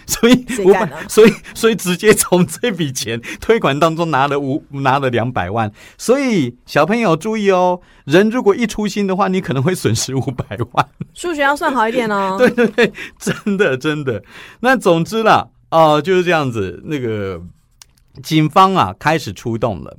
所以
谁
五
敢
百
啊，
所以所以直接从这笔钱推款当中拿了五拿了两百万。所以小朋友注意哦，人如果一粗心的话，你可能会损失五百万。
数学要算好一点
[LAUGHS]
哦。
对对对，真的真的。那总之啦，哦、就是这样子。那个警方啊，开始出动了，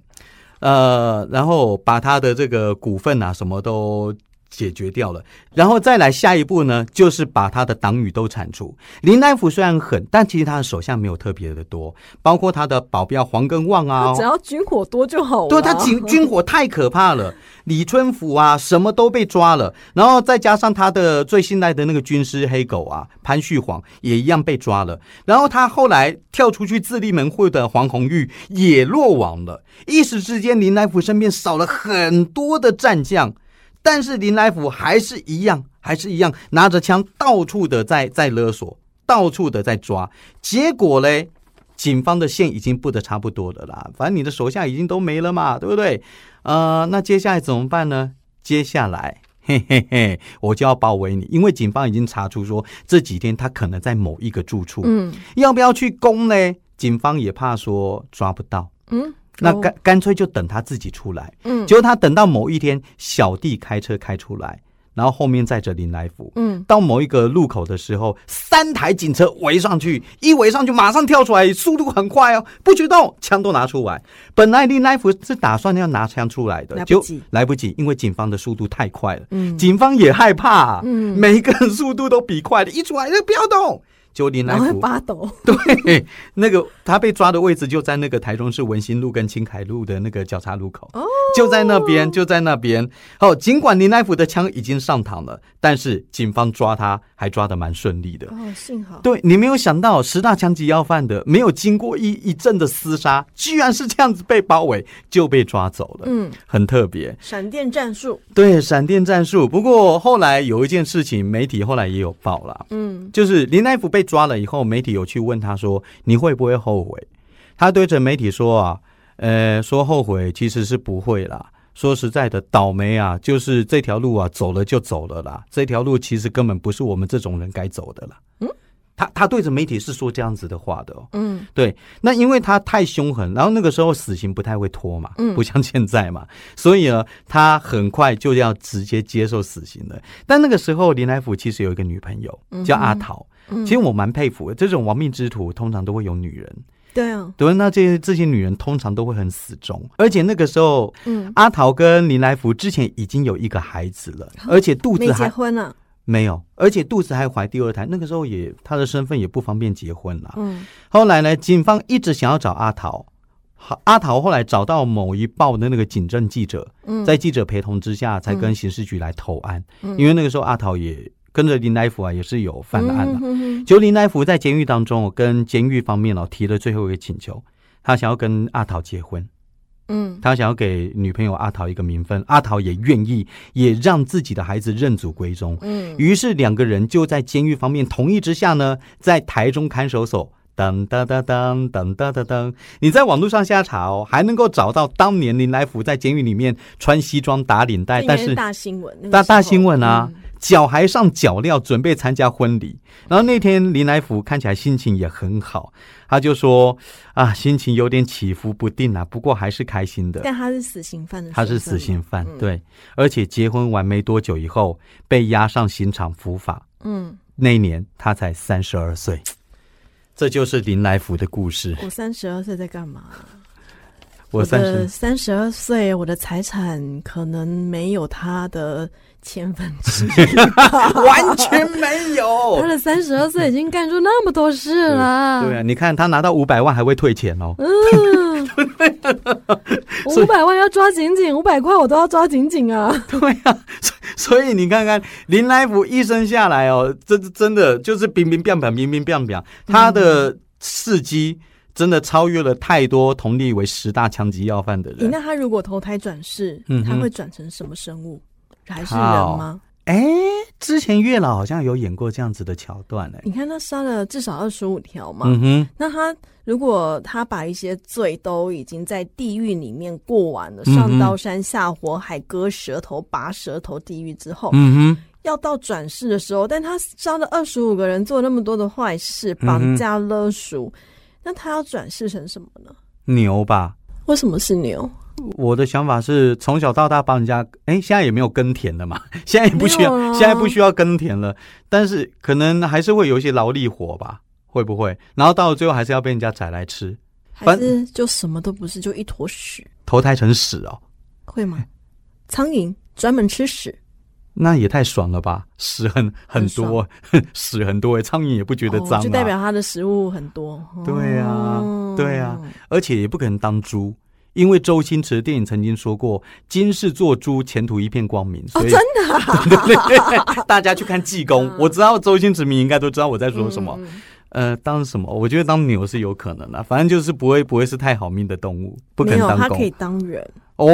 呃，然后把他的这个股份啊，什么都。解决掉了，然后再来下一步呢，就是把他的党羽都铲除。林来福虽然狠，但其实他的手下没有特别的多，包括他的保镖黄根旺啊，
他只要军火多就好了。
对他军军火太可怕了，李春福啊，什么都被抓了，然后再加上他的最信赖的那个军师黑狗啊，潘旭煌也一样被抓了，然后他后来跳出去自立门户的黄红玉也落网了，一时之间林来福身边少了很多的战将，但是林来福还是一样，还是一样拿着枪到处的在在勒索，到处的在抓，结果嘞，警方的线已经布的差不多了啦，反正你的手下已经都没了嘛，对不对？呃，那接下来怎么办呢？接下来， [LAUGHS] 嘿嘿嘿，我就要包围你，因为警方已经查出说这几天他可能在某一个住处，
嗯
要不要去攻呢？警方也怕说抓不到，
嗯，
那
哦
干干脆就等他自己出来。
嗯
结果他等到某一天，小弟开车开出来，然后后面载着林来福，
嗯，
到某一个路口的时候，三台警车围上去，一围上去马上跳出来，速度很快哦，不许动，枪都拿出来。本来林来福是打算要拿枪出来的，
来不及
就来不及，因为警方的速度太快了，
嗯
警方也害怕、啊，
嗯
每一个人速度都比快的，一出来就不要动。就林来
然后会
福，
发抖。
[LAUGHS] 对，哎那个他被抓的位置就在那个台中市文心路跟青凯路的那个交叉路口，
哦
就在那边，就在那边。哦，尽管林来福的枪已经上膛了，但是警方抓他还抓得蛮顺利的。
哦，幸好。
对你没有想到，十大枪击要犯的没有经过一一阵的厮杀，居然是这样子被包围就被抓走了，
嗯，
很特别。
闪电战术。
对，闪电战术。不过后来有一件事情，媒体后来也有报啦，
嗯
就是林来福被抓了以后，媒体有去问他说：“你会不会后悔？”他对着媒体说：“啊，呃，说后悔其实是不会啦。说实在的，倒霉啊，就是这条路啊，走了就走了啦。这条路其实根本不是我们这种人该走的啦。”
嗯，
他他对着媒体是说这样子的话的哦。
嗯
对，那因为他太凶狠，然后那个时候死刑不太会拖嘛，
嗯
不像现在嘛，所以呢，他很快就要直接接受死刑了。但那个时候，林来福其实有一个女朋友叫阿桃，
嗯，
其实我蛮佩服的，这种亡命之徒通常都会有女人，
对啊，
对，那这些这些女人通常都会很死忠，而且那个时候。
嗯，
阿桃跟林来福之前已经有一个孩子了，而且肚
哦没
子
结
还
婚啊。
没有，而且肚子还怀第二胎。那个时候也他的身份也不方便结婚啦。
嗯
后来呢，警方一直想要找阿桃，好阿桃后来找到某一报的那个警政记者，
嗯，
在记者陪同之下，才跟刑事局来投案，因为那个时候阿桃也跟着林来福啊，也是有犯案了、
嗯哼哼
就林来福在监狱当中，跟监狱方面哦提了最后一个请求，他想要跟阿桃结婚，
嗯
他想要给女朋友阿桃一个名分，阿桃也愿意，也让自己的孩子认祖归宗。
嗯，
于是两个人就在监狱方面同意之下呢，在台中看守所。噔噔噔噔噔噔噔噔！你在网络上下查哦，还能够找到当年林来福在监狱里面穿西装打领带，
这应该
哎但是
大新闻，那个
大大
时候
新闻啊
嗯，
脚还上脚镣，准备参加婚礼。然后那天林来福看起来心情也很好，他就说啊，心情有点起伏不定啊，不过还是开心的。
嗯但他是死刑犯的，
他是死刑，犯，
嗯
对，而且结婚完没多久以后被押上刑场伏法，
嗯，
那一年他才三十二岁。这就是林来福的故事。
我三十二岁在干嘛？
我三
的
十，
三十二岁，我的财产可能没有他的千分之一，
[LAUGHS] 完全没
他 [LAUGHS]
有。
的三十二岁已经干出那么多事了，
哦对啊，你看他拿到五百万还会退钱哦。
嗯，五百万要抓紧紧，五百块我都要抓紧紧啊！
[LAUGHS] 所以你看看林来福一生下来哦，这这真的就是冰冰冰冰冰冰冰冰，他
嗯
的事迹真的超越了太多同列为十大枪击要犯的
咦，
人。
那他如果投胎转世
嗯，哼
他会转成什么生物？还是人
好
吗？
哎，之前月老好像有演过这样子的桥段哎、
你看他杀了至少二十五条嘛，
嗯哼，
那他如果他把一些罪都已经在地狱里面过完了，
嗯
上刀山下火海、割舌头、拔舌头地狱之后，
嗯哼，
要到转世的时候，但他杀了二十五个人，做那么多的坏事，
嗯哼
绑架勒赎，那他要转世成什么呢？
牛吧？
为什么是牛？
我的想法是从小到大帮人家，哎，现在也没有耕田了嘛， [LAUGHS] 现在也不需要
没有，啊
现在不需要耕田了，但是可能还是会有一些劳力活吧，会不会？然后到了最后还是要被人家宰来吃，
还是就什么都不是，就一坨屎？
投胎成屎哦，
会吗？苍蝇专门吃屎，
那也太爽了吧！屎很很
很
多
爽，
[LAUGHS] 屎很多哎，苍蝇也不觉得脏、啊
哦就代表他的食物很多。
对啊
哦
对啊而且也不可能当猪，因为周星驰的电影曾经说过，今世做猪，前途一片光明。所以、
哦
真的、对对
啊
对， [LAUGHS] 大家去看《济公》我知道周星驰迷应该都知道我在说什么。
嗯？嗯
呃，当什么？我觉得当牛是有可能的、啊反正就是不会不会是太好命的动物，不可
没
能
有，
当
他可以
公。
当人，
哦，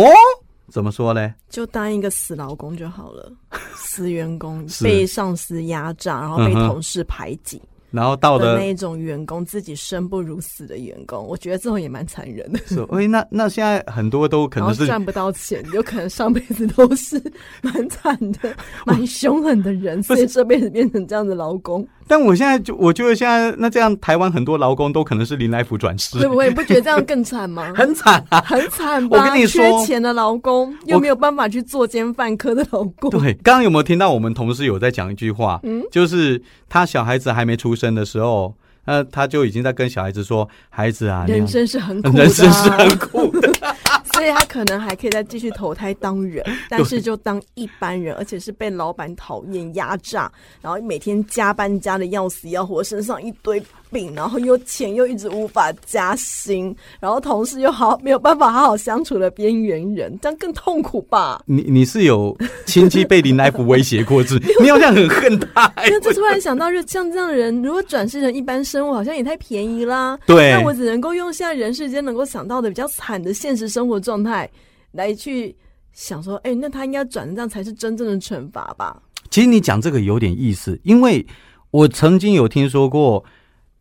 怎么说嘞？
就当一个死劳工就
[LAUGHS]
好了，死员工
是嗯
被上司压榨，然后被
嗯哼
同事排挤
然后到
的
了
那一种员工，自己生不如死的员工，我觉得这种也蛮残忍的。
是，哎，那那现在很多都可
然
能
后
是
赚不到钱， [LAUGHS] 有可能上辈子都是蛮惨
[LAUGHS]
的、蛮凶狠的人，所以这辈子变成这样的劳工，
但我现在就我觉得现在那这样，台湾很多劳工都可能是林来福转世，
会不会？你不觉得这样更惨吗？
很惨啊。
很惨吧？
我跟你说
缺钱的劳工又没有办法去作奸犯科的劳
[LAUGHS]
工，
对，刚刚有没有听到我们同事有在讲一句话？嗯，就是他小孩子还没出生的时候，呃，他就已经在跟小孩子说：“孩子啊，你
人
要
生是很苦的、啊，
人生是很苦的。
[LAUGHS] 所以他可能还可以再继续投胎
[LAUGHS]
当人，但是就当一般人，而且是被老板讨厌压榨，然后每天加班加的要死要活，身上一堆病，然后又钱又一直无法加薪，然后同事又好没有办法好好相处的边缘人，这样更痛苦吧？
你”你是有亲戚被林来福威胁过
[LAUGHS]
是不是？你好像很恨他、欸
因。为这突然想到，就像这样的人，如果转世成一般生物，好像也太便宜啦。
对
那我只能够用现在人世间能够想到的比较惨的现实生活状态来去想说，哎、那他应该转这样才是真正的惩罚吧？
其实你讲这个有点意思，因为我曾经有听说过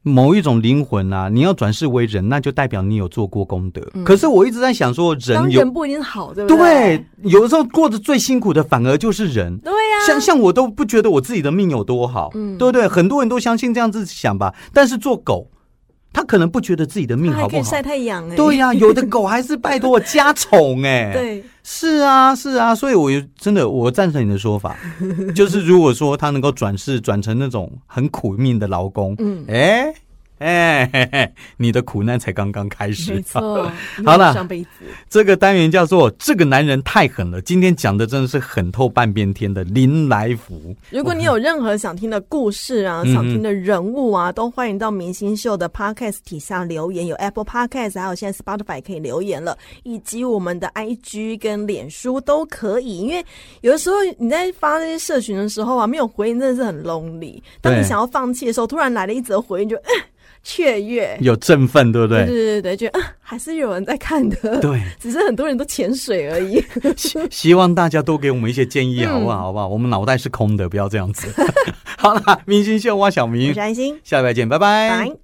某一种灵魂啊，你要转世为人，那就代表你有做过功德。可是我一直在想说，
嗯当
人有
人不啊一定好，对不对
对，有的时候过得最辛苦的反而就是人。
对呀、
像像我都不觉得我自己的命有多好，
嗯
对不对？很多人都相信这样子想吧，但是做狗，他可能不觉得自己的命
他还
好
可
不
以
好
晒。太阳哎、
对呀、
[LAUGHS]
有的狗还是拜托我家宠哎、，
对，
是啊是啊，所以我有真的我赞成你的说
[LAUGHS]
法，就是如果说他能够转世转成那种很苦命的劳工，
嗯，
哎哎 [LAUGHS] 嘿嘿，你的苦难才刚刚开始、
没错，
啊好了
上辈子
这个单元叫做“这个男人太狠了”，今天讲的真的是狠透半边天的林来福。
如果你有任何想听的故事啊、
嗯
想听的人物啊，都欢迎到明星秀的 podcast 底下留言，有 Apple Podcast，还有现在 Spotify 可以留言了，以及我们的 IG 跟脸书都可以。因为有的时候你在发那些社群的时候啊，没有回应真的是很 lonely。当你
对
想要放弃的时候，突然来了一则回应就，呃雀跃。
有振奋，对不
对
对？
对对对，觉得啊，还是有人在看的，
对，
只是很多人都潜水而已。
希希望大家多给我们一些建议，好不好？好不好？我们脑袋 [LAUGHS] 是空的，不要这样子。好啦，明星秀，我小
[LAUGHS] 我
明
是，安心，
下礼拜见，拜
拜。